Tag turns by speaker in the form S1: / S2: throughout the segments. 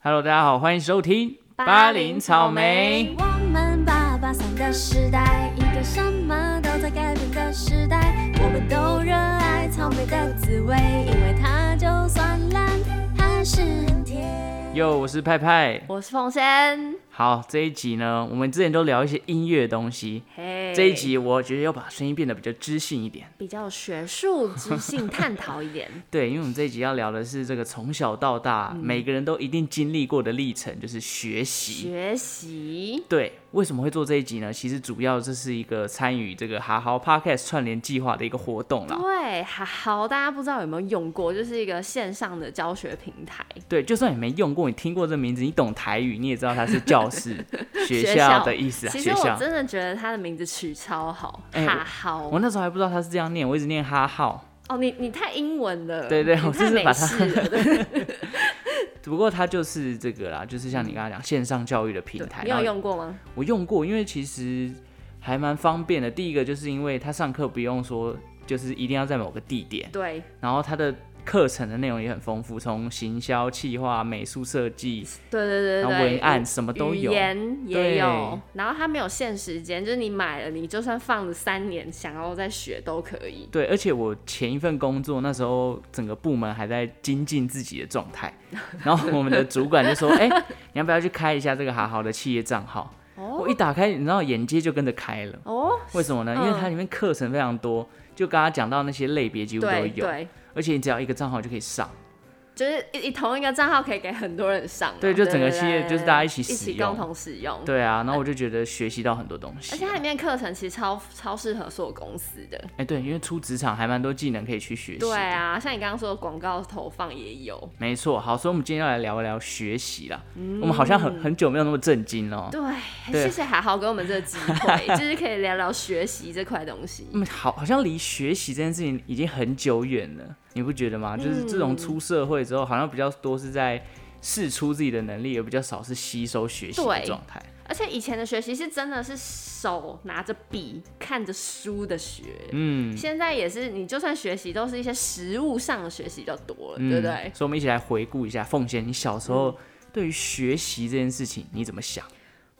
S1: Hello，大家好，欢迎收听
S2: 巴林草莓。
S3: 我们八八三的时代，一个什么都在改变的时代。我们都热爱草莓的滋味，因为它就算烂，还是很甜。
S1: 哟，我是派派。
S2: 我是凤仙。
S1: 好，这一集呢，我们之前都聊一些音乐的东西，
S2: 嘿
S1: 这一集我觉得要把声音变得比较知性一点。
S2: 比较学术、知性、探讨 一点。
S1: 对，因为我们这一集要聊的是这个从小到大、
S2: 嗯
S1: 每个人都一定经历过的历程，就是学习。
S2: 学习
S1: 对，为什么会做这一集呢？其实主要这是一个参与这个哈豪 Podcast 串联计划的一个活动啦。
S2: 对，好好，大家不知道有没有用过，就是一个线上的教学平台，
S1: 对，就算你没用过，你听过这名字，你懂台语，你也知道它是教 室、学
S2: 学
S1: 校
S2: 校
S1: 的意思啊。
S2: 其实
S1: 学
S2: 我
S1: 校，
S2: 真的觉得它的名字取超好，
S1: 哎
S2: 哈好
S1: 我那时候还不知道它是这样念，我一直念哈号。
S2: 哦，你你太英文了，
S1: 对对
S2: 你
S1: 我就
S2: 太
S1: 是把
S2: 美
S1: 它
S2: 式了， 对
S1: 只不过它就是这个啦，就是像你刚刚讲线上教育的平
S2: 对
S1: 台。
S2: 你有
S1: 然后
S2: 用过吗？
S1: 我用过，因为其实还蛮方便的。第一个就是因为它上课不用说，就是一定要在某个地点，
S2: 对，
S1: 然后它的课程的内容也很丰富，从行销、企划、美术设计，
S2: 对对对
S1: 然后
S2: 对，
S1: 文案什么都
S2: 语
S1: 有。
S2: 言也
S1: 对
S2: 有，然后它没有限时间，就是你买了，你就算放了三年，想要再学都可以。
S1: 对，而且我前一份工作那时候整个部门还在精进自己的状态，然后我们的主管就 说：“哎、你要不要去开一下这个好好的企业账号？”我一打开，你知道眼界就跟着开了。
S2: 哦，
S1: 为什么呢？因为它里面课程非常多，就刚刚讲到那些类别几乎都
S2: 对
S1: 有，
S2: 对，
S1: 而且你只要一个账号就可以上。
S2: 就是一同一个账号可以给很多人上嘛，
S1: 对就整个系列
S2: 对
S1: 就是大家一
S2: 一
S1: 起使
S2: 起
S1: 用
S2: 共同使用。
S1: 对啊啊，然后我就觉得学习到很多东
S2: 嗯而
S1: 西
S2: 且。它里面课程其实超超适合所有公司的，
S1: 哎、对，因为出职场还蛮多技能可以去学习。
S2: 对啊，像你刚刚说的广告投放也有，
S1: 没错。好，所以我们今天要来聊一聊学习啦。我们好像很很久没有那么震惊哦。
S2: 嗯对，
S1: 对
S2: 谢谢还好给我们这个 机会，就是可以聊聊学习这块东西。
S1: 嗯，好，好像离学习这件事情已经很久远了，你不觉得吗？就是自
S2: 嗯
S1: 从出社会之后，好像比较多是在试出自己的能力，也比较少是吸收学习的
S2: 对
S1: 状态。
S2: 而且以前的学习是真的是手拿着笔看着书的学，
S1: 嗯，
S2: 现在也是你就算学习都是一些实物上的学习比较多了，
S1: 嗯
S2: 对嗯不对？
S1: 所以我们一起来回顾一下，凤贤，你小时候对于学习这件事情你怎么想？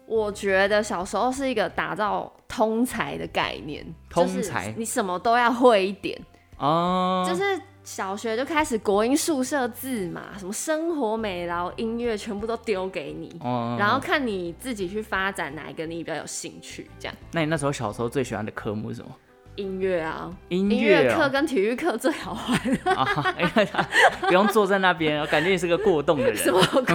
S2: 我觉得小时候是一个打造通才的概念，
S1: 通才
S2: 就是你什么都要会一点，
S1: 哦，
S2: 就是小学就开始国音、数、社、字嘛，什么生活美劳、音乐全部都丢给你。
S1: 哦，
S2: 然后看你自己去发展哪一个你比较有兴趣，这样
S1: 那你那时候小时候最喜欢的科目是什么？
S2: 音乐啊，
S1: 音
S2: 音乐课
S1: 哦，
S2: 跟体育课最好玩，
S1: 啊，因为他 不用坐在那边，我感觉你是个过动的
S2: 什
S1: 人
S2: 么 课？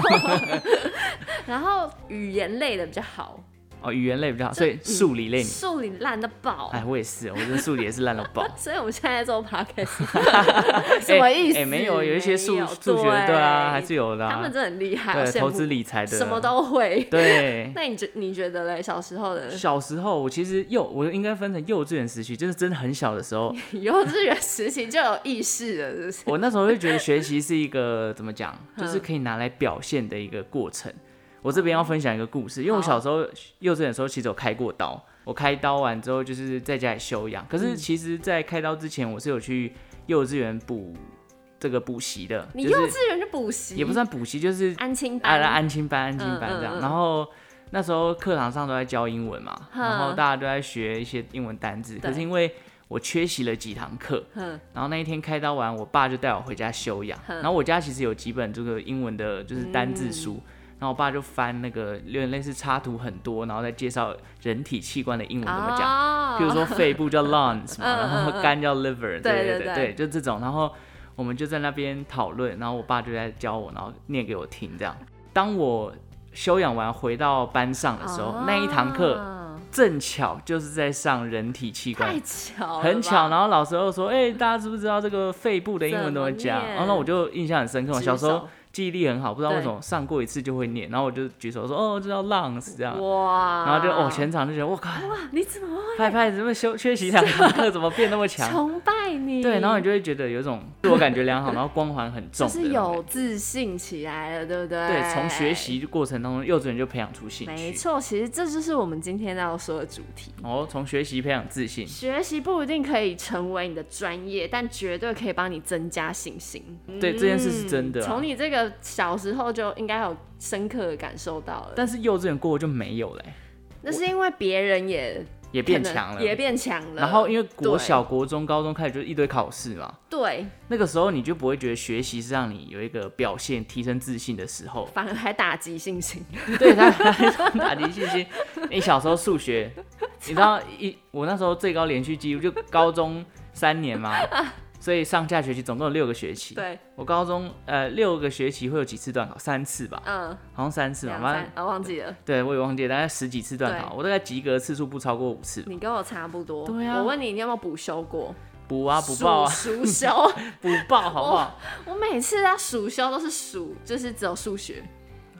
S2: 然后语言类的比较好，
S1: 哦，语言类比较好，所以数理类你，
S2: 数理烂到爆，
S1: 嗯哎，我也是，我真的数理也是烂到爆。
S2: 所以我们现在在做 podcast，什么意思？
S1: 哎、没有，有一些
S2: 没
S1: 数
S2: 有
S1: 数学对啊，还是有的、啊。
S2: 他们真的很厉害，我
S1: 对
S2: 羡
S1: 投
S2: 慕
S1: 资理财的
S2: 什么都会。。
S1: 对
S2: 那你觉你觉得嘞？小时候的
S1: 小时候我其实幼，我应该分成幼稚园时期，就是真的很小的时 候，
S2: 幼稚园时期就有意识了，是不是？
S1: 我那时候就觉得学习是一个怎么讲，
S2: 嗯
S1: 就是可以拿来表现的一个过程。我这边要分享一个故
S2: 哦
S1: 事，因为我小时候幼稚园的时候其实有开过刀，我开刀完之后就是在家里休养。
S2: 嗯
S1: 可是其实，在开刀之前，我是有去幼稚园补这个补习的，
S2: 你
S1: 就
S2: 幼
S1: 是
S2: 稚园就补习，
S1: 也不算补习，就是
S2: 安亲
S1: 安
S2: 班，
S1: 安亲班、安亲班
S2: 嗯
S1: 这样。
S2: 嗯
S1: 然后那时候课堂上都在教英文嘛，
S2: 哼
S1: 然后大家都在学一些英文单字。
S2: 对
S1: 可是因为我缺席了几堂课，
S2: 嗯
S1: 然后那一天开刀完，我爸就带我回家休养。然后我家其实有几本这个英文的，就是单字书。
S2: 嗯
S1: 然后我爸就翻那个有点类似插图很多，然后再介绍人体器官的英文嗯怎么讲。
S2: 讲
S1: 譬如说肺部叫 lungs 嘛，然后肝叫 liver，对
S2: 嗯对
S1: 对
S2: 对
S1: 对，就这种。然后我们就在那边讨论，然后我爸就在教我，然后念给我听这样。当我休养完回到班上的时
S2: 啊
S1: 候，那一堂课正巧就是在上人体器官
S2: 哦太。巧了吧，
S1: 很巧，然后老师又说：“哎、大家知不知道这个肺部的英文怎么讲
S2: 怎？”么念
S1: 然后我就印象很深刻，我
S2: 举
S1: 小时候
S2: 手
S1: 记忆力很好，不知道为
S2: 对
S1: 什么上过一次就会念，然后我就举手说：“哦，这叫 lungs 这样。”
S2: 哇！
S1: 然后就哦，全场就觉得我靠，
S2: 哇，你怎么会
S1: 派派怎么休缺席 两堂课，怎么变那么强？
S2: 崇拜你？
S1: 对，然后你就会觉得有一种自我感觉良好，然后光环很重
S2: 就
S1: 的那种
S2: 是有
S1: 感
S2: 自信起来了，对不对？
S1: 觉。对，从学。习过程当中，幼稚园就培养出兴趣。
S2: 没。错，其实这就是我们今天要说的主题。
S1: 哦，从学习培养自信。
S2: 学习不一定可以成为你的专业，但绝对可以帮你增加信心。
S1: 对，这件事是真的啊、
S2: 嗯从你这个个小时候就应该有深刻的感受到了。
S1: 但是幼稚园过后就没有了欸、
S2: 那是因为别人也
S1: 也
S2: 可能
S1: 变强了。
S2: 也变强了。
S1: 然后因为国
S2: 对
S1: 小、国中、高中开始就一堆考试嘛，
S2: 对，。
S1: 那个时候你就不会觉得学习是让你有一个表现、提升自信的时候
S2: 反而还打击 信心。
S1: 对他，他打击信心。你小时候数学，你知道一我那时候最高连续记录就高中三年嘛，所以上下学期总共有六个学期。，
S2: 对，
S1: 我高中呃六个学期会有几次段考？三次吧，
S2: 嗯，
S1: 好像三次嘛，
S2: 两
S1: 反
S2: 三
S1: 正，
S2: 啊，忘记了。
S1: 对我也忘记了，大概十几次段考，
S2: 对
S1: 我大概及格次数不超过五次吧。
S2: 你跟我差不多。
S1: 对啊
S2: 我问你，你有没有补修过？
S1: 补啊补报啊
S2: 数数修。
S1: 补报好不好？
S2: 我每次要数修都是数，就是只有数学。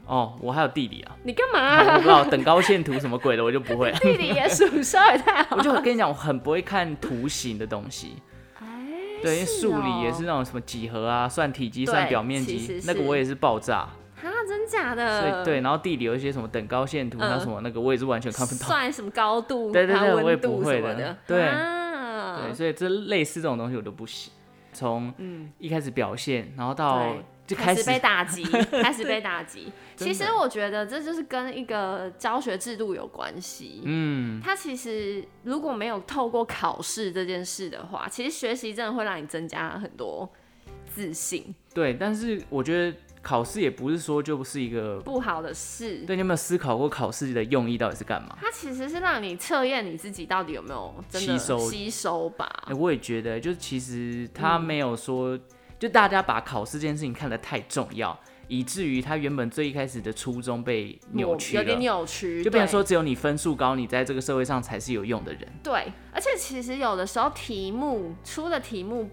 S1: 哦，我还有地理啊。
S2: 你干嘛、
S1: 我不知道等高线图什么鬼的，我就不会。
S2: 地理也数修也太 好
S1: 我。就跟你讲，我很不会看图形的东西。
S2: 哎
S1: 对，因为
S2: 是哦
S1: 数理也是那种什么几何啊，算体积、
S2: 对
S1: 算表面
S2: 其实
S1: 积，
S2: 是呃
S1: 那个我也是爆炸。
S2: 哈，真假
S1: 所
S2: 的？
S1: 以对，然后地理有一些什么等高线图，
S2: 嗯
S1: 那什么那个我也是完全看不懂。
S2: 算什么高度，
S1: 对对对
S2: 还有
S1: 我也
S2: 温
S1: 不
S2: 度
S1: 会
S2: 什么
S1: 的
S2: 的，
S1: 对
S2: 啊
S1: 对，所以这类似这种东西我都不行。从
S2: 嗯
S1: 一开始表现，然后到
S2: 对
S1: 哦就
S2: 开
S1: 开
S2: 始
S1: 始
S2: 被打 击，开始被打击。
S1: 真
S2: 其
S1: 的
S2: 实我觉得这就是跟一个教学制度有关系。
S1: 嗯，
S2: 它其实如果没有透过考试这件事的话，其实学习真的会让你增加很多自信。
S1: 对。但是我觉得考试也不是说就不是一个。
S2: 不好的事，
S1: 对，你有没有思考过考试的用意到底是干嘛？
S2: 它其实是让你测验你自己到底有没有真的
S1: 吸收
S2: 吸收吧
S1: 哎、。我也觉得，就是其实
S2: 嗯
S1: 他没有说，就大家把考试这件事情看得太重要，以至于他原本最一开始的初衷被扭
S2: 我
S1: 曲
S2: 嗯有
S1: 了，
S2: 点扭曲，
S1: 就变
S2: 对
S1: 成说只有你分数高，你在这个社会上才是有用的人。
S2: 对，而且其实有的时候题目出的题目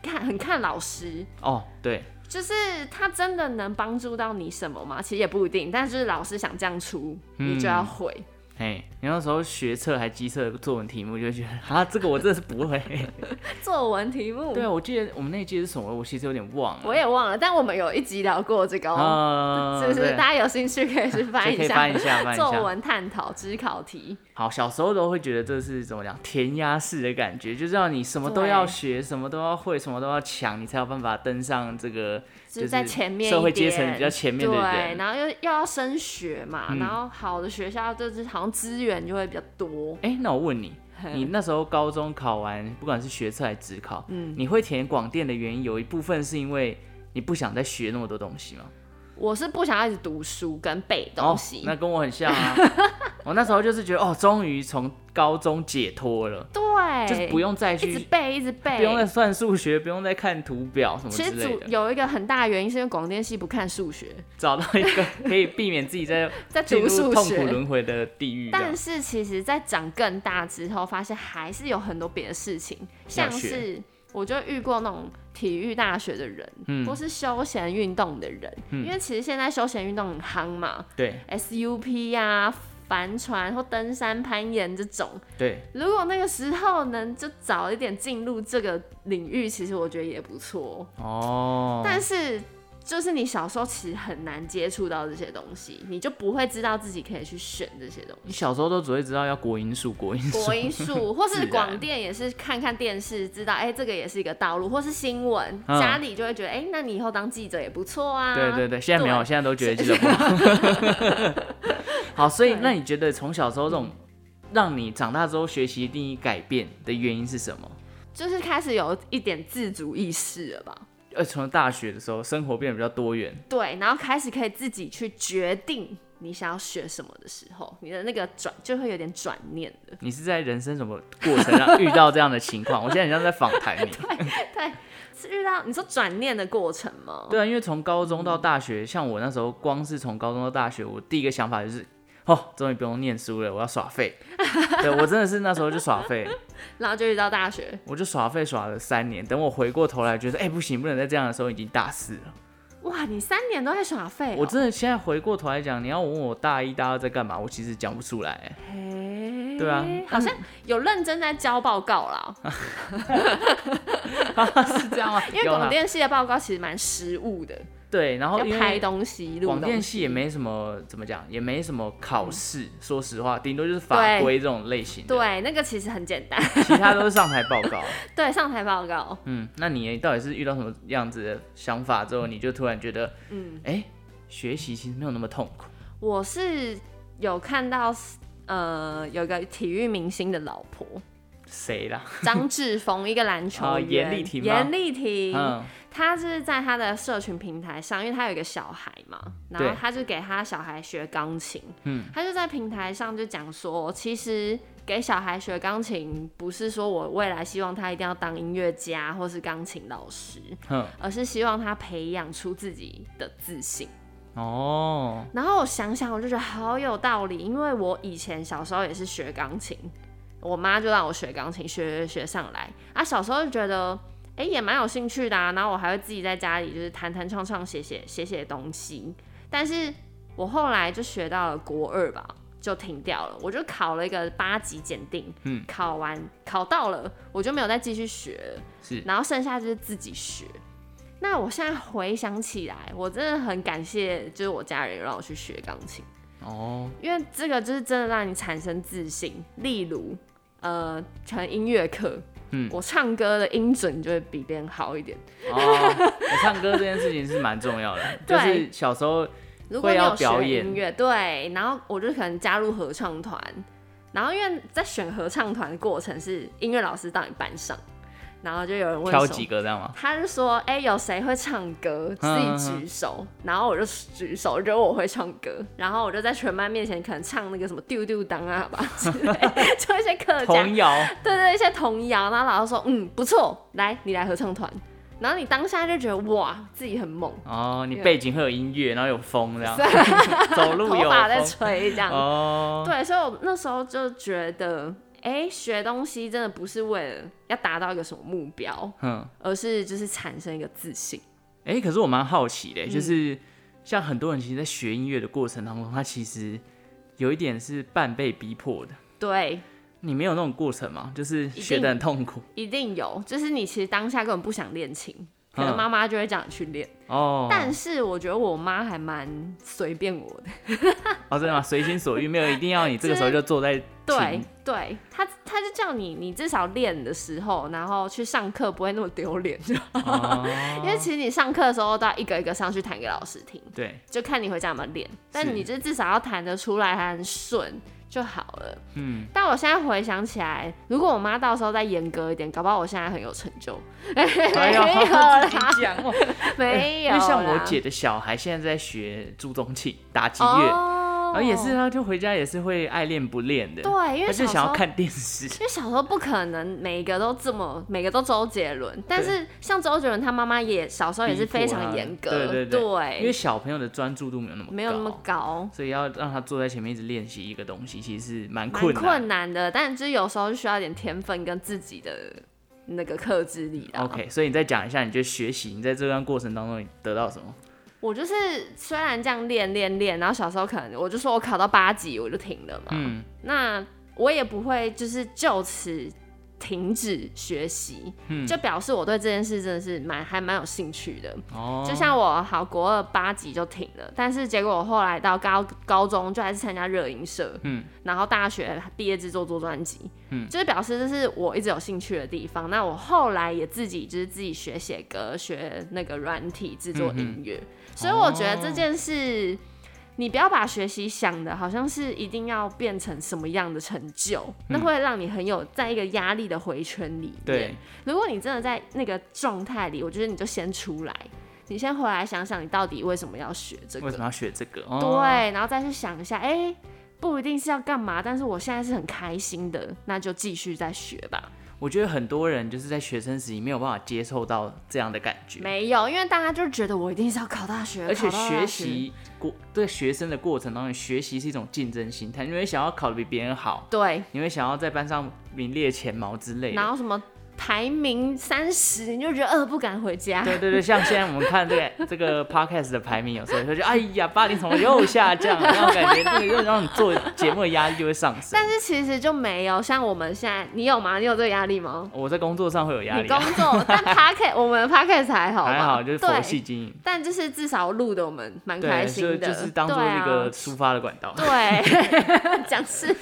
S2: 看很看老师，
S1: 哦，对，
S2: 就是他真的能帮助到你什么吗？其实也不一定，但是就是老师想这样出，
S1: 嗯
S2: 你就要会。
S1: 哎，你那时候学测还机测作文题目，就觉得啊，这个我真的是不会。
S2: 作文题目，
S1: 对啊，我记得我们那一届是什么，我其实有点忘了。
S2: 我也忘了，但我们有一集聊过这个哦，
S1: 啊，
S2: 是不是？
S1: 对
S2: 大家有兴趣可以去翻
S1: 就可
S2: 一
S1: 以
S2: 下
S1: 翻一下，翻一
S2: 作
S1: 下。
S2: 文探讨之考题。
S1: 好，小时候都会觉得这是怎么讲填鸭式的感觉，就是让你什么都要
S2: 对
S1: 学，什么都要会，什么都要抢，你才有办法登上这个
S2: 就
S1: 就是
S2: 在前面一点，
S1: 社会阶层比较前面的
S2: 对，
S1: 人
S2: 然后又又要升学嘛，
S1: 嗯
S2: 然后好的学校就是好像资源就会比较多。
S1: 哎、那我 问你，你那时候高中考完，不管是学测还是职考，
S2: 嗯
S1: 你会填广电的原因，有一部分是因为你不想再学那么多东西吗？
S2: 我是不想要一直读书跟背东西。
S1: 哦，那跟我很像 啊。我那时候就是觉得，哦，终于从高中解脱了，
S2: 对，
S1: 就是不用再
S2: 一直
S1: 去，
S2: 背，一直背。
S1: 不用再算数学，不用再看图表什么
S2: 其
S1: 之
S2: 实
S1: 类
S2: 主
S1: 的，
S2: 有一个很大的原因是因为广电系不看数学，
S1: 找到一个可以避免自己在
S2: 在
S1: 进
S2: 读
S1: 入
S2: 数
S1: 痛苦
S2: 学。
S1: 轮回啊的地狱这样。
S2: 但是其实，在长更大之后，发现还是有很多别的事情，像
S1: 学
S2: 是我就遇过那种体育大学的人，
S1: 嗯
S2: 或是休闲运动的人，因为其实现在休闲运动很夯嘛
S1: 对
S2: ，SUP 呀、帆船或登山、攀岩这种，
S1: 对，
S2: 如果那个时候能就早一点进入这个领域，其实我觉得也不错。
S1: 哦，
S2: 但是就是你小时候其实很难接触到这些东西，你就不会知道自己可以去选这些东 西。
S1: 你小时候都只会知道要国音数，国音数，
S2: 国音数或
S1: 自
S2: 是
S1: 然
S2: 广电也是看看电视知道，哎、这个也是一个道路，或是新闻，
S1: 嗯
S2: 家里就会觉得，哎、那你以后当记者也不错啊。
S1: 对对对，现在没有，
S2: 对
S1: 现在都觉得记得不好。 好，所以那你觉得从小时候这种让你长大之后学习定义改变的原因是什么？
S2: 就是开始有一点自主意识了吧？
S1: 呃，从大学的时候，生活变得比较多元，
S2: 对，然后开始可以自己去决定你想要学什么的时候，你的那个转就会有点转念的。
S1: 你是在人生什么过程上遇到这样的情况？我现在很像在访谈你。
S2: 对，是遇到你说转念的过程吗？
S1: 对啊，因为从高中
S2: 嗯
S1: 到大学，像我那时候光是从高中到大学，我第一个想法就是，哦，终于不用念书了，我要耍废。 对我真的是那时候就耍废，
S2: 然后就遇到大学，
S1: 我就耍废耍了三年。等我回过头来，觉得哎、不行，不能再这样的时候，已经大四了。
S2: 哇，你三年都在耍废哦、
S1: 我真的现在回过头来讲，你要问我大一、大二在干嘛，我其实讲不出来、欸
S2: 嘿
S1: 对啊啊
S2: 好像有认真在交报告啦，
S1: 是这样吗？
S2: 因为
S1: 有啦
S2: 哦 广电系的报告其实蛮实务的，
S1: 对，然后
S2: 要
S1: 因
S2: 拍
S1: 为
S2: 东西、录
S1: 广电
S2: 东
S1: 系
S2: 西
S1: 也没什么怎么讲，也没什么考试，说实话，顶多就是法
S2: 嗯对
S1: 规这种类型的，
S2: 对，那个其实很简单，
S1: 其他都是上台报告。
S2: 对，上台报告，
S1: 嗯，那你到底是遇到什么样子的想法之后，你就突然觉得，
S2: 嗯，
S1: 哎、学习其实没有那么痛苦。
S2: 我是有看到，呃，有一个体育明星的老婆
S1: 谁啦？
S2: 张志峰，一个篮球
S1: 哦
S2: 员，
S1: 严丽婷吗
S2: 严丽婷，
S1: 嗯，
S2: 他是在他的社群平台上，因为他有一个小孩嘛，然后
S1: 对
S2: 他就给他小孩学钢琴，
S1: 嗯，
S2: 他就在平台上就讲说，其实给小孩学钢琴，不是说我未来希望他一定要当音乐家或是钢琴老师，
S1: 哼，
S2: 而是希望他培养出自己的自信。
S1: 哦，
S2: 然后我想想，我就觉得好有道理，因为我以前小时候也是学钢琴，我妈就让我学钢琴，学学学上来。啊，小时候就觉得，哎、也蛮有兴趣的啊。然后我还会自己在家里就是弹弹唱唱，写写写写东西。但是我后来就学到了国二吧，就停掉了。我就考了一个八级检定，
S1: 嗯
S2: 考完考到了，我就没有再继续学了。
S1: 是
S2: 然后剩下就是自己学。那我现在回想起来，我真的很感谢，就是我家人有让我去学钢琴，
S1: 哦，
S2: 因为这个就是真的让你产生自信。例如，呃，全音乐课，
S1: 嗯
S2: 我唱歌的音准就会比别人好一点。
S1: 哦，唱歌这件事情是蛮重要的，就
S2: 对
S1: 是小时候
S2: 如果
S1: 会
S2: 你
S1: 要
S2: 有
S1: 表
S2: 学
S1: 演
S2: 音乐，对，然后我就可能加入合唱团，然后因为在选合唱团的过程是音乐老师到你班上，然后就有人问
S1: 挑
S2: 说
S1: 几个这 样吗？
S2: 他就说：“哎、有谁会唱歌？
S1: 嗯
S2: 自己举手。然后我就举手，我觉得我会唱歌。然后我就在全班面前可能唱那个什么丢丢当啊 吧之类，就一些客家，
S1: 童 谣，
S2: 对对，一些童谣。然后老师说：嗯，不错，来，你来合唱团。然后你当下就觉得哇，自己很猛，
S1: 哦，你
S2: 对
S1: 背景会有音乐，然后有风这样， 走路
S2: 啊头
S1: 有
S2: 发在
S1: 风，
S2: 吹这样。
S1: 哦，
S2: 对，所以我那时候就觉得，哎、学东西真的不是为了要达到一个什么目标，
S1: 哼。
S2: 而是就是产生一个自信。
S1: 哎、可是我蛮好奇
S2: 嗯
S1: 的，就是、像很多人其实，在学音乐的过程当中，他其实有一点是半被逼迫的。
S2: 对，
S1: 你没有那种过程吗？就是
S2: 定
S1: 学的很痛苦
S2: 一定有，就是你其实当下根本不想练琴，可能
S1: 嗯
S2: 妈妈就会叫你去练。
S1: 哦。
S2: 但是我觉得我妈还蛮随便我的，
S1: 哦，真的吗？随心所欲，没有一定要你这个时候就坐在
S2: 对
S1: 琴
S2: 对，她她就叫你，你至少练的时候，然后去上课不会那么丢脸，
S1: 哦
S2: 因为其实你上课的时候都要一个一个上去弹给老师听，
S1: 对，
S2: 就看你回家有没有练，但
S1: 是
S2: 你就至少要弹得出来，还很顺。就好了，
S1: 嗯，
S2: 但我现在回想起来，如果我妈到时候再严格一点，搞不好我现在很有成就。
S1: 哎呦
S2: 没有啦，
S1: 自己讲哦。
S2: 没有
S1: 因
S2: 啦，
S1: 为像我姐的小孩现在在学朱宗庆打击乐，
S2: 哦
S1: 然后也是她就回家也是会爱练不练的，
S2: 对，因
S1: 她
S2: 为小
S1: 就
S2: 时
S1: 想
S2: 候
S1: 要，看电视。
S2: 因为小时候不可能每个都这么，每个都周杰伦，但是像周杰伦他妈妈也小时候也是非常严格，
S1: 对对对因为
S2: 对，
S1: 小朋友的专注度没有那么
S2: 没有那么
S1: 高
S2: 高，
S1: 所以要让他坐在前面一直练习一个东西，其实是蛮
S2: 蛮
S1: 困难。
S2: 困难的，但就是有时候就需要一点天分跟自己的那个克制力啦。
S1: OK，所以你再讲一下，你就学习，你在这段过程当中你得到什么？
S2: 我就是虽然这样练练练，然后小时候可能我就说我考到八级我就停了嘛，
S1: 嗯，
S2: 那我也不会就是就此停止学习，
S1: 嗯
S2: 就表示我对这件事真的是蛮还蛮有兴趣的。
S1: 哦，
S2: 就像我好国二八级就停了，但是结果我后来到高高中就还是参加热音社，
S1: 嗯，
S2: 然后大学毕业制作做专辑，
S1: 嗯
S2: 就是表示这是我一直有兴趣的地方。那我后来也自己就是自己学写歌，学那个软体制作音
S1: 嗯
S2: 乐，所以我觉得
S1: 哦
S2: 这件事。你不要把学习想的好像是一定要变成什么样的成就，那会让你很有在一个压力的回圈里面。
S1: 嗯对，
S2: 如果你真的在那个状态里，我觉得你就先出来，你先回来想想你到底为什么要学这
S1: 为什
S2: 个，
S1: 么要学这个？哦、
S2: 对，啊然后再去想一下，哎、不一定是要干嘛，但是我现在是很开心的，那就继续再学吧。
S1: 我觉得很多人就是在学生时期没有办法接受到这样的感觉，
S2: 没有，因为大家就觉得我一定是要考大学，
S1: 而且
S2: 考到大
S1: 学习过对学生的过程当中，学习是一种竞争心态，你会想要考得比别人好，
S2: 对，
S1: 你会想要在班上名列前茅之类
S2: 然
S1: 的。
S2: 后什么排名三十，你就觉得呃不敢回家。
S1: 对对对，像现在我们看这个这个 podcast 的排名，有时候就觉得哎呀，八零怎么又下降？然后感觉那个又让你做节目的压力就会上升。
S2: 但是其实就没有像我们现在，你有吗？你有这个压力吗？
S1: 我在工作上会有压
S2: 你
S1: 力、
S2: 工
S1: 啊，
S2: 作，但 p a c k e t 我们 p a c k e t 还好吧？
S1: 还好就是佛
S2: 对
S1: 系经营，
S2: 但就是至少录的我们蛮开
S1: 对，
S2: 心
S1: 就
S2: 的，啊
S1: 就是当做一个抒发的管道。
S2: 对啊、对 讲是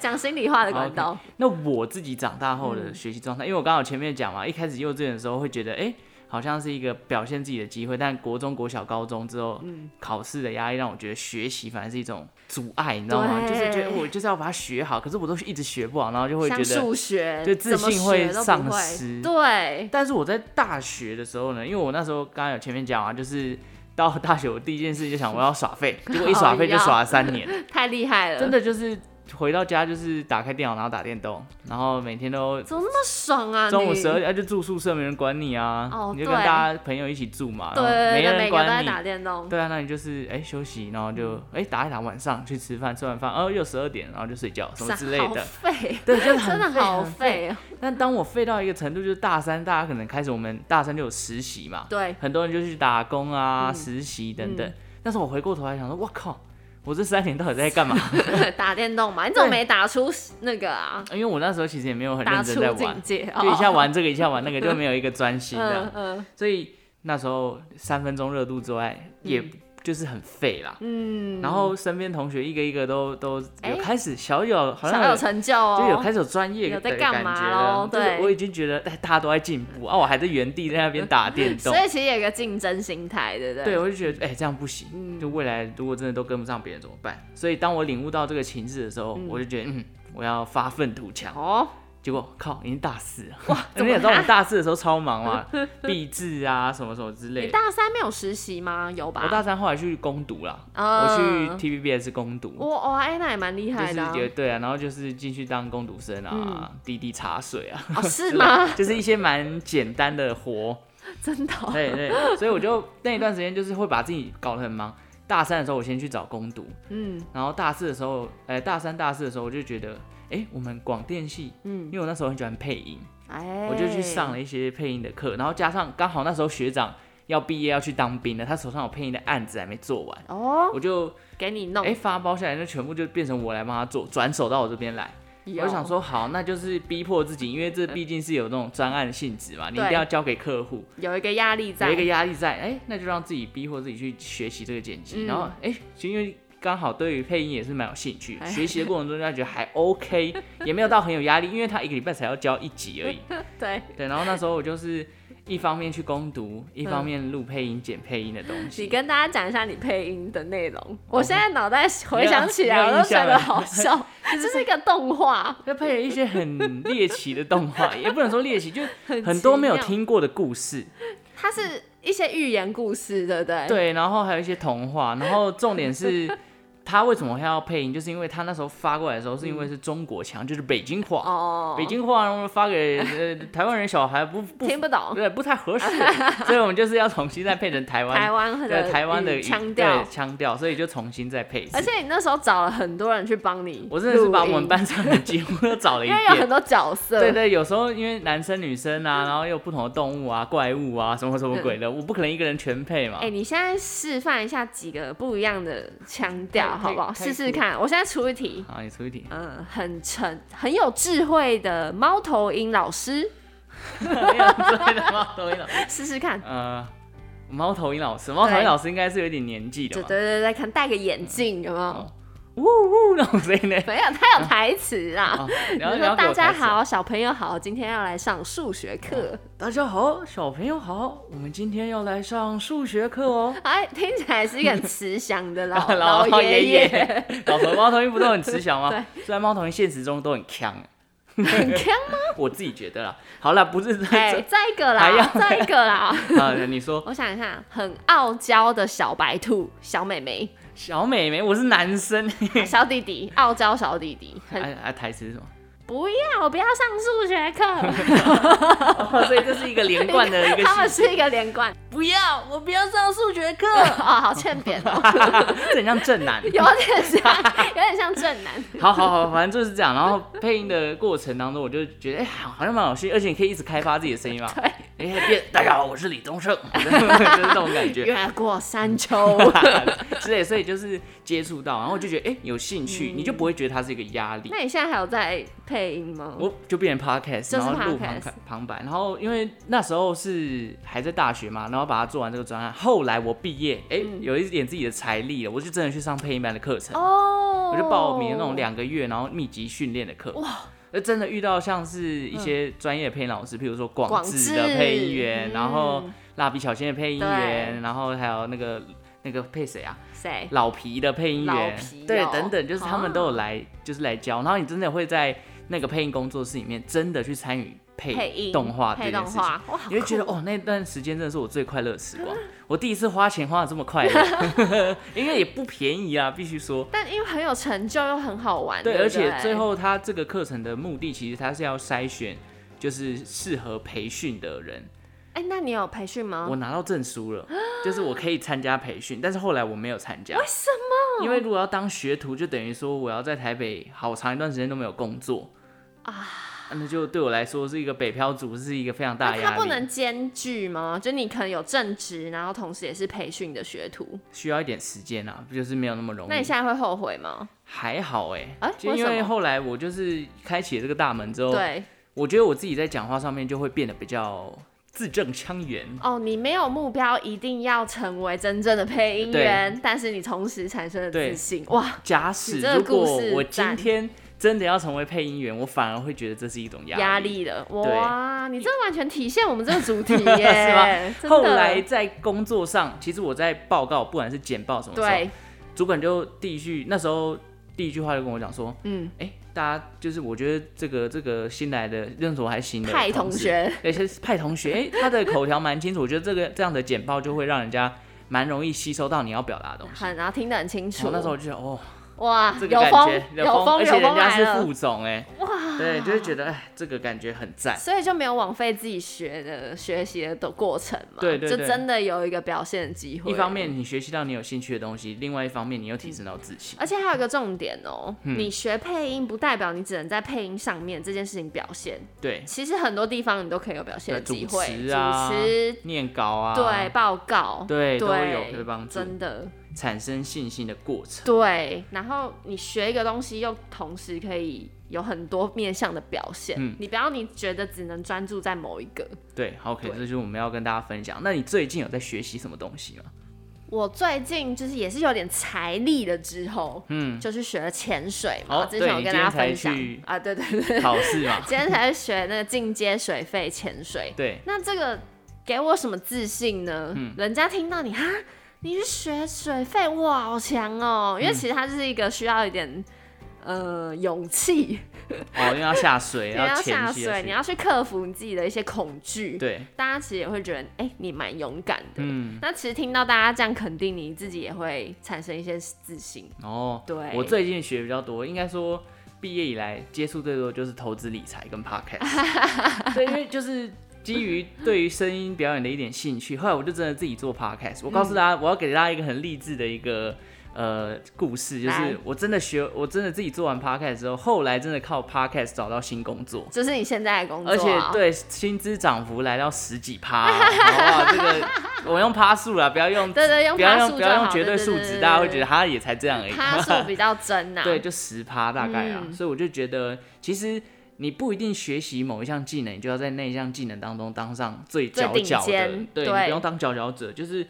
S2: 讲心里话的管道
S1: OK，那我自己长大后的
S2: 嗯
S1: 学习状态，因为我刚好前面讲嘛，一开始幼稚园的时候会觉得，哎、好像是一个表现自己的机会，但国中、国小、高中之后，
S2: 嗯
S1: 考试的压力让我觉得学习反而是一种阻碍，你知道吗？
S2: 对
S1: 就是觉得我就是要把它学好，可是我都一直学不好，然后 就会觉
S2: 像
S1: 得。
S2: 数学，
S1: 就自
S2: 怎么
S1: 信会
S2: 学都不
S1: 丧
S2: 会
S1: 失
S2: 对，
S1: 但是我在大学的时候呢，因为我那时候刚刚有前面讲啊，就是到大学我第一件事就想我要耍废，结果一耍 废就耍了三年，
S2: 太厉害了，
S1: 真的就是回到家就是打开电脑然后打电动，然后每天都
S2: 怎么那么爽啊？
S1: 中午
S2: 你
S1: 十二点、啊、就住宿舍，没人管你啊，
S2: 哦
S1: 你就跟
S2: 对
S1: 大家朋友一起住嘛，
S2: 对
S1: 然后
S2: 对
S1: 没
S2: 对，
S1: 人
S2: 每个都在
S1: 管你。
S2: 打嗯电动，
S1: 对啊，那你就是哎、休息，然后就哎、打一打，晚上去吃饭，吃完饭哦又十二点，然后就睡觉什么之类
S2: 好
S1: 的。
S2: 废，
S1: 对，就是很
S2: 真的
S1: 废
S2: 好
S1: 很废。
S2: 废哦。
S1: 但当我废到一个程度，就是大三，大家可能开始我们大三就有实习嘛，
S2: 对，嗯
S1: 很多人就去打工啊、实习等等。但是我回过头来想说，我靠，我这三年到底在干嘛？
S2: 打电动嘛，你怎么没打出那个啊？
S1: 因为我那时候其实也没有很
S2: 打
S1: 认真
S2: 出
S1: 在玩
S2: 境，界，
S1: 就一下
S2: 哦
S1: 玩这个，一下玩那个，就没有一个专心这样
S2: 嗯。嗯
S1: 所以那时候三分钟热度之外，也就是很废啦。
S2: 嗯，
S1: 然后身边同学一个一个都都有
S2: 哎
S1: 开始小有好像
S2: 小有成就哦，
S1: 就有开始有专业
S2: 有
S1: 的
S2: 在
S1: 感
S2: 干嘛
S1: 觉
S2: 咯
S1: 了，就是
S2: 对嗯
S1: 我已经觉得哎大家都在进步啊，我还在原地在那边打电动
S2: 所。以其实有一个竞争心态，对不对？嗯
S1: 对，我就觉得哎、这样不行，就未来如果真的都跟不上别人怎么办？所以当我领悟到这个情势的时候，我就觉得嗯，我要发愤图强。
S2: 哦，
S1: 结果靠，已经大四了 哇！
S2: 怎
S1: 你
S2: 么
S1: 也知道我们大四的时候超忙 嘛，毕制啊什么什么之类
S2: 你
S1: 的。
S2: 大三没有实习吗？有吧？
S1: 我大三后来去攻读啦，
S2: 嗯
S1: 我去 TVBS 攻读，
S2: 我哦，哎，那也蛮厉
S1: 就
S2: 害
S1: 是
S2: 的啊、
S1: 也对啊，然后就是进去当攻读生啊，
S2: 嗯
S1: 滴滴茶水 啊，
S2: 哦，是吗？
S1: 就是一些蛮简单的活。
S2: 真的哦、
S1: 对对，所以我就那一段时间就是会把自己搞得很忙。大三的时候，我先去找攻读，
S2: 嗯，
S1: 然后大四的时候，呃，大三大四的时候，我就觉得，哎、我们广电系，
S2: 嗯
S1: 因为我那时候很喜欢配音，
S2: 哎，
S1: 我就去上了一些配音的课，然后加上刚好那时候学长要毕业要去当兵了，他手上有配音的案子还没做完，
S2: 哦，
S1: 我就
S2: 给你弄。
S1: 哎、发包下来，那全部就变成我来帮他做，转手到我这边来。我
S2: 有
S1: 就想说，好，那就是逼迫自己，因为这毕竟是有那种专案性质嘛，你一
S2: 对
S1: 定要交给客户，
S2: 有一个压力在，
S1: 有一个压力在，哎、那就让自己逼迫自己去学习这个剪辑，
S2: 嗯
S1: 然后哎、就因为刚好对于配音也是蛮有兴趣，
S2: 哎
S1: 学习的过程中就觉得还 OK，也没有到很有压力，因为他一个礼拜才要教一集 而已。
S2: 对，
S1: 对，然后那时候我就是一方面去攻读，一方面录配音、剪配音的东
S2: 你
S1: 西。
S2: 跟大家讲一下你配音的内容。我现在脑袋回想起来，
S1: 哦没有
S2: 我都觉
S1: 没
S2: 得
S1: 有印象了
S2: 好笑，这是一个动画，
S1: 就配了一些很猎奇的动画，也不能说猎奇，就 很多没有
S2: 奇妙，
S1: 听过的故事，
S2: 它是一些寓言故事，对不对？，
S1: 对，然后还有一些童话，然后重点是他为什么要配音，就是因为他那时候发过来的时候，是因为是中国腔，就是北京话，
S2: 嗯哦，
S1: 北京话然后发给呃台湾人小孩不不
S2: 听不懂
S1: 对不太合 适，所以我们就是要重新再配成台湾
S2: 台湾的
S1: 对台湾的
S2: 语
S1: 语
S2: 腔调
S1: 对，腔调，所以就重新再配一次
S2: 而。且你那时候找了很多人去帮你，
S1: 我真的是把我们，班上的几乎都找了一
S2: 因为有很
S1: 遍。
S2: 多角色，
S1: 对对，有时候因为男生女生
S2: 嗯
S1: 啊，然后又有不同的动物啊、怪物啊，什么什么鬼的，我不可能一个人全配嘛
S2: 哎、。你现在示范一下几个不一样的腔调，
S1: 太
S2: 好不好？
S1: 太
S2: 试试
S1: 酷
S2: 看。我现在出一题，
S1: 啊好，你出一题。
S2: 嗯，很沉、很有智慧的猫头鹰老师，
S1: 没有对的猫头鹰老师。
S2: 试试看。
S1: 呃，猫头鹰老师，猫头鹰老师应该是有点年纪的
S2: 对对
S1: 吧？
S2: 对对，看戴个眼镜，有没有
S1: 哦？呜呜那种声音呢？
S2: 没有，他有台词啦。
S1: 哦
S2: 比
S1: 然后
S2: 如
S1: 然
S2: 说
S1: 后给
S2: 大
S1: 我
S2: 家
S1: 台词啊，哦
S2: 好，小朋友好，今天要来上数学课。
S1: 大家好，小朋友好，我们今天要来上数学课哦。
S2: 哎，听起来是一个很慈祥的老
S1: 老
S2: 老
S1: 爷
S2: 爷，
S1: 爷，老头猫头鹰不都很慈祥吗？
S2: 对
S1: 虽然猫头鹰现实中都很强，
S2: 很强吗？
S1: 我自己觉得啦。好啦，不是
S2: 哎，
S1: 在
S2: 再一个
S1: 还
S2: 啦，
S1: 要
S2: 再一个啦。
S1: 这 啊，你说
S2: 我想一下，很傲娇的小白兔小美 眉。
S1: 小美眉，我是男生，
S2: 小弟弟，傲娇小弟弟，很
S1: 啊啊，台词是什么？
S2: 不不要，我不要上数学 课。
S1: 哦，所以这是一个连贯的一个
S2: 他们
S1: 戏，
S2: 是一个 连贯，
S3: 不要，我不要上数学课。
S2: 哦，好欠扁哦，
S1: 这很像正男。
S2: 有点像，有点像正男。
S1: 好好好，反正就是这样。然后配音的过程当中，我就觉得哎、好好像蛮有趣，而且你可以一直开发自己的声 音嘛。
S2: 对，
S1: 哎、变大家好，我是李宗盛， 就是这种感 觉。
S2: 越过 山丘，
S1: 之类，所以就是接触到，然后我就觉得哎、有兴趣，你就不会觉得它是一个压力。
S2: 那你现在还有在配音吗？
S1: 我就变成 podcast，
S2: 就是
S1: 然后录旁
S2: podcast
S1: 旁白，然后因为那时候是还在大学嘛，然后把它做完这个专案。后来我毕业，哎、有一点自己的财力了，我就真的去上配音班的课程，
S2: 嗯哦，
S1: 我就报名了那种两个月，然后密集训练的课。哇！那真的遇到像是一些专业的配音老师，譬如说广
S2: 嗯广
S1: 智的
S2: 智
S1: 配音员，然后
S2: 嗯
S1: 蜡笔小新的配音
S2: 对
S1: 员，然后还有那个那个配谁啊？
S2: 谁？
S1: 老皮的配音
S2: 老
S1: 员
S2: 皮，哦
S1: 对，等等，就是他们都有来，就是来教，然后你真的会在那个配音工作室里面真的去参与
S2: 配
S1: 配
S2: 音
S1: 动画这
S2: 配
S1: 件
S2: 动
S1: 事情
S2: 画，，哇，好
S1: 你会觉 得
S2: 酷
S1: 哦，那段时间真的是我最快乐的时光，我第一次花钱花的这么快乐， 因为也不便宜啊，必须说。
S2: 但因为很有成就又很好玩，
S1: 对，
S2: 不
S1: 而且最后他这个课程的目的，其实他是要筛选，就是适合培训的人。
S2: 哎、那你有培训吗
S1: 我？拿到证书了，就是我可以参加培训，但是后来我没有参加。为
S2: 什
S1: 么？因
S2: 哦
S1: 为如果要当学徒，就等于说我要在台北好长一段时间都没有工作啊，那就对我来说是一个北漂族，是一个非常大
S2: 那
S1: 的
S2: 他
S1: 压
S2: 不
S1: 力
S2: 能，兼具吗？就你可能有正职，然后同时也是培训的学徒，
S1: 需要一点时间啊，就是没有那么容易。
S2: 那你现在会后悔吗？
S1: 还好哎、
S2: 啊
S1: 就
S2: 为
S1: 因
S2: 什
S1: 为
S2: 么
S1: 后来我就是开启了这个大门之后，
S2: 对，
S1: 我觉得我自己在讲话上面就会变得比较字正腔圆。
S2: 哦，你没有目标，一定要成为真正的配音员，但是你同时产生了自信，哇，
S1: 假使
S2: 你这个
S1: 如
S2: 故
S1: 果
S2: 事
S1: 我今
S2: 赞
S1: 天真的要成为配音员，我反而会觉得这是一种
S2: 压力了，
S1: 对
S2: 哇，你这完全体现我们这个主 题
S1: 是
S2: 耶，真的
S1: 后来在工作上，其实我在报告，不管是简报什么时候，
S2: 对，
S1: 主管就第一句那时候第一句话就跟我讲说，
S2: 嗯，
S1: 哎、大家就是我觉得这个这个新来的认识我还新的
S2: 派同
S1: 事，
S2: 学，
S1: 而且是派 同学，哎、他的口条蛮清楚，我觉得这个这样的简报就会让人家蛮容易吸收到你要表达的东西。
S2: 很，然后听得很清
S1: 我
S2: 楚，
S1: 那时候就觉得哦，
S2: 哇，
S1: 这个
S2: 有
S1: 感
S2: 风
S1: 觉
S2: 有风
S1: 而
S2: 有
S1: 且
S2: 风
S1: 人家
S2: 来
S1: 是
S2: 了，
S1: 副总哎，哇，对，就会觉得哎，这个感觉很赞。
S2: 所以就没有枉费自己学的学习的过程嘛，
S1: 对对
S2: 就
S1: 对
S2: 真的有一个表现的机会。
S1: 一方，面你学习到你有兴趣的东西，另外一方面你又提升到自信。
S2: 而且还有一个重点哦、
S1: 嗯
S2: 你学配音不代表你只能在配音上面这件事情表现，
S1: 对，
S2: 其实很多地方你都可以有表现的
S1: 主
S2: 机会，
S1: 持啊，
S2: 主持
S1: 念稿啊，
S2: 对，报告，
S1: 对都
S2: 对，
S1: 有会帮助
S2: 真的
S1: 产生信心的过程。
S2: 对。然后你学一个东西，又同时可以有很多面向的表现，
S1: 嗯
S2: 你不要你觉得只能专注在某一个。
S1: 对好，OK，
S2: 对
S1: 这就是我们要跟大家分享。那你最近有在学习什么东 西吗？
S2: 我最近就是也是有点财力了之后，
S1: 嗯，
S2: 就是学了潜水
S1: 哦
S2: 嘛，之前有
S1: 对
S2: 跟
S1: 你今天
S2: 大家
S1: 才
S2: 分享
S1: 去
S2: 啊，对对对，，
S1: 考试嘛
S2: 今天才去学那个进阶水肺潜水。
S1: 对，
S2: 那这个给我什么自信呢？
S1: 嗯
S2: 人家听到你哈，你是学水肺，哇，好强
S1: 嗯
S2: 哦！因为其实它是一个需要一点呃勇气，
S1: 哦，因为要下水，
S2: 你要
S1: 潜
S2: 下
S1: 下
S2: 水，
S1: 去
S2: 你要去克服你自己的一些恐惧。
S1: 对，
S2: 大家其实也会觉得，哎、你蛮勇敢的。
S1: 嗯，
S2: 那其实听到大家这样肯定你，自己也会产生一些自信。
S1: 哦，
S2: 对
S1: 我最近学比较多，应该说毕业以来接触最多就是投资理财跟 podcast，对，因 为就是基于对于声音表演的一点兴趣，后来我就真的自己做 podcast。我告
S2: 嗯
S1: 诉大家，我要给大家一个很励志的一个。呃，故事就
S2: 来
S1: 是我真的学，我真的自己做完 podcast 之后，后来真的靠 podcast 找到新工作，
S2: 这是你现在的工作、啊
S1: 而且，对 薪资涨幅来到十几 趴、哦，哇，这个我用趴数啦，不要用
S2: 对对，用
S1: 不要
S2: 趴
S1: 用
S2: 数
S1: 不
S2: 就
S1: 要
S2: 好，
S1: 用绝对数值，大家会觉得他也才这样而已。
S2: 趴数比较真呐、 啊
S1: 对，就十趴大概啊。
S2: 嗯
S1: 所以我就觉得，其实你不一定学习某一项技能，你就要在那一项技能当中当上最
S2: 最
S1: 佼
S2: 顶
S1: 佼的
S2: 尖，
S1: 对，
S2: 对
S1: 你不用当佼佼者，就是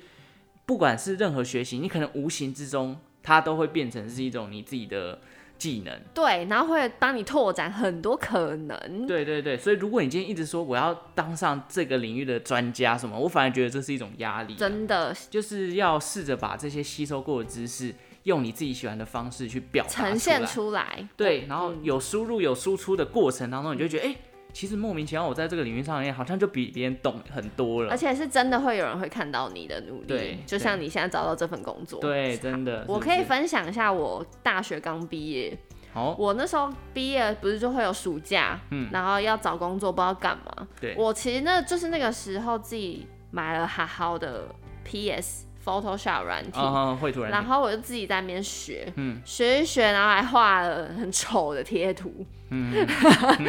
S1: 不管是任何学习，你可能无形之中它都会变成是一种你自己的技能。
S2: 对，然后会帮你拓展很多可能。
S1: 对对对，所以如果你今天一直说我要当上这个领域的专家什么，我反而觉得这是一种压力啊、
S2: 真的
S1: 就是要试着把这些吸收过的知识，用你自己喜欢的方式去表达
S2: 呈现
S1: 来
S2: 出来，嗯
S1: 对，然后有输入有输出的过程当中，你就觉得哎、诶其实莫名其妙我在这个领域上面好像就比别人懂很多了
S2: 而。且是真的会有人会看到你的努力。
S1: 对
S2: 就像你现在找到这份工作，
S1: 对，真的，
S2: 我
S1: 是不
S2: 可以
S1: 是
S2: 分享一下我大学刚毕业，
S1: 哦，
S2: 我那时候毕业不是就会有暑假，
S1: 嗯
S2: 然后要找工作，不知道干嘛。
S1: 对，
S2: 我其实那就是那个时候自己买了好好的 PS Photoshop 软体，
S1: 啊，绘图软
S2: 然
S1: 体，
S2: 后我就自己在那边学，
S1: 嗯
S2: 学一学，然后还画了很丑的贴图，
S1: 嗯，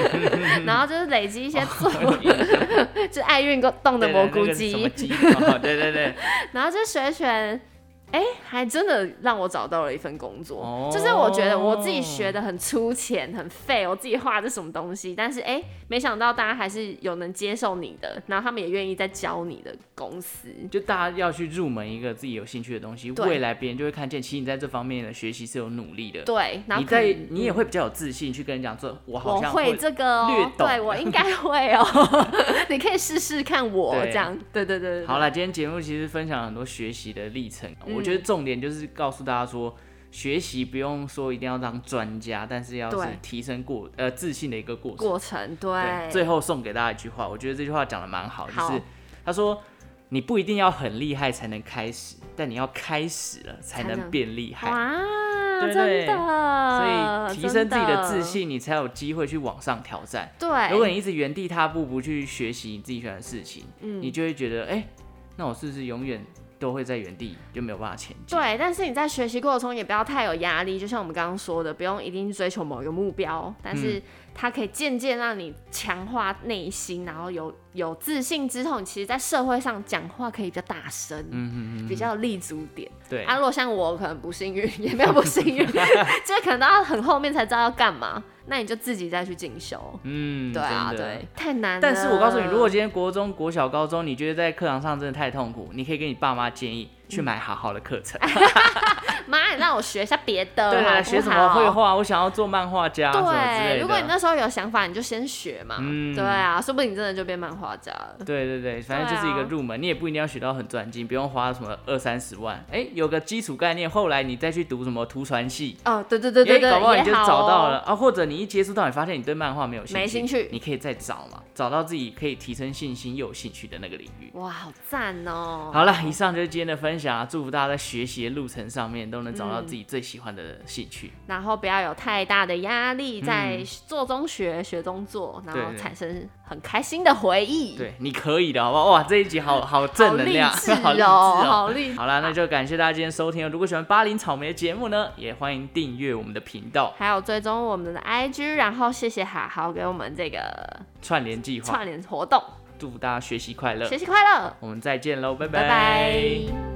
S2: 然后就是累积一些作，
S1: 有印象
S2: 就爱运动的
S1: 对
S2: 蘑
S1: 那
S2: 菇
S1: 个
S2: 机，
S1: 什么鸡，哦对对对，
S2: 然后就学一学，哎、还真的让我找到了一份工作。
S1: 哦
S2: 就是我觉得我自己学的很粗浅、很废，我自己画的什么东西，但是哎、没想到大家还是有能接受你的，然后他们也愿意再教你的公司。
S1: 就大家要去入门一个自己有兴趣的东西，
S2: 对
S1: 未来别人就会看见，其实你在这方面的学习是有努力的。
S2: 对，然后
S1: 你
S2: 可嗯
S1: 在
S2: 能
S1: 你也会比较有自信去跟人讲说，我好
S2: 我
S1: 像
S2: 会这个
S1: 略
S2: 哦，
S1: 懂
S2: 对我应该会 哦，你可以试试看我
S1: 对
S2: 这样，对对对对，
S1: 好了，今天节目其实分享了很多学习的历程，
S2: 嗯
S1: 我觉得重点就是告诉大家说，学习不用说一定要当专家，但是要是
S2: 对
S1: 提升过呃自信的一个过程。
S2: 过程对
S1: 对，，最后送给大家一句话，我觉得这句话讲的蛮好，就
S2: 好
S1: 是他说你不一定要很厉害才能开始，但你要开始了才
S2: 才
S1: 能
S2: 能
S1: 变厉害。
S2: 哇，
S1: 对
S2: 真
S1: 对
S2: 的，
S1: 所以提升自己的自
S2: 呃真，
S1: 信，你才有机会去往上挑战。
S2: 对，
S1: 如果你一直原地踏步，不去学习你自己喜欢的事情，
S2: 嗯
S1: 你就会觉得，哎、那我是不是永远都会在原地，就没有办法前进？
S2: 对，但是你在学习过程中也不要太有压力，就像我们刚刚说的，不用一定追求某一个目标，但
S1: 嗯
S2: 是它可以渐渐让你强化内心，然后有有自信之后，你其实在社会上讲话可以比较大声，
S1: 嗯嗯嗯，
S2: 比较有立足点。
S1: 对，
S2: 啊，如果像我可能不幸运， 也没有不 幸运，就是可能到很后面才知道要干嘛，那你就自己再去进修。
S1: 嗯，
S2: 对啊，
S1: 真的
S2: 对，。太难了。
S1: 但是我告诉你，如果今天国中、国小、高中，你觉得在课堂上真的太痛苦，你可以跟你爸妈建议
S2: 嗯
S1: 去买好好的课 程。
S2: 妈，你让我学一下别的，
S1: 对
S2: 好
S1: 啊，
S2: 不
S1: 学什么绘
S2: 好
S1: 画，我想要做漫画家啊什么之类
S2: 对，
S1: 的。
S2: 如果你那时候有想法，你就先学嘛。
S1: 嗯
S2: 对啊，说不定你真的就变漫画家了。
S1: 对对对，反正就是一
S2: 啊
S1: 个入门，你也不一定要学到很专精，不用花什么二三十万，哎、有个基础概念，后来你再去读什么图传系，
S2: 哦，对对对对对，
S1: 哎搞不好你就
S2: 也好哦
S1: 找到了、。啊，或者你一接触到，你发现你对漫画没有兴趣，
S2: 没兴趣
S1: 你可以再找嘛，找到自己可以提升信心又有兴趣的那个领域。
S2: 哇，好赞哦！
S1: 好了，以上就是今天的分享啊！祝福大家在学习的路程上面都能找
S2: 嗯
S1: 到自己最喜欢的兴趣。
S2: 然后不要有太大的压力，在做中学，学中做，然
S1: 嗯对
S2: 后
S1: 对
S2: 产生很开心的回忆。，
S1: 对，你可以的，好不好？哇，这一集 好好正
S2: 好
S1: 能
S2: 励
S1: 量，
S2: 志
S1: 好励志
S2: 哦，
S1: 哦！
S2: 好励志。
S1: 好啦，那就感谢大家今天收听哦。如果喜欢巴林草莓的节目呢，也欢迎订阅我们的频道
S2: 还有追踪我们的 IG，然后谢谢哈豪给我们这个
S1: 串联计划。
S2: 串联活动，
S1: 祝福大家学习快乐
S2: 学，习快乐，
S1: 我们再见喽，拜
S2: 拜拜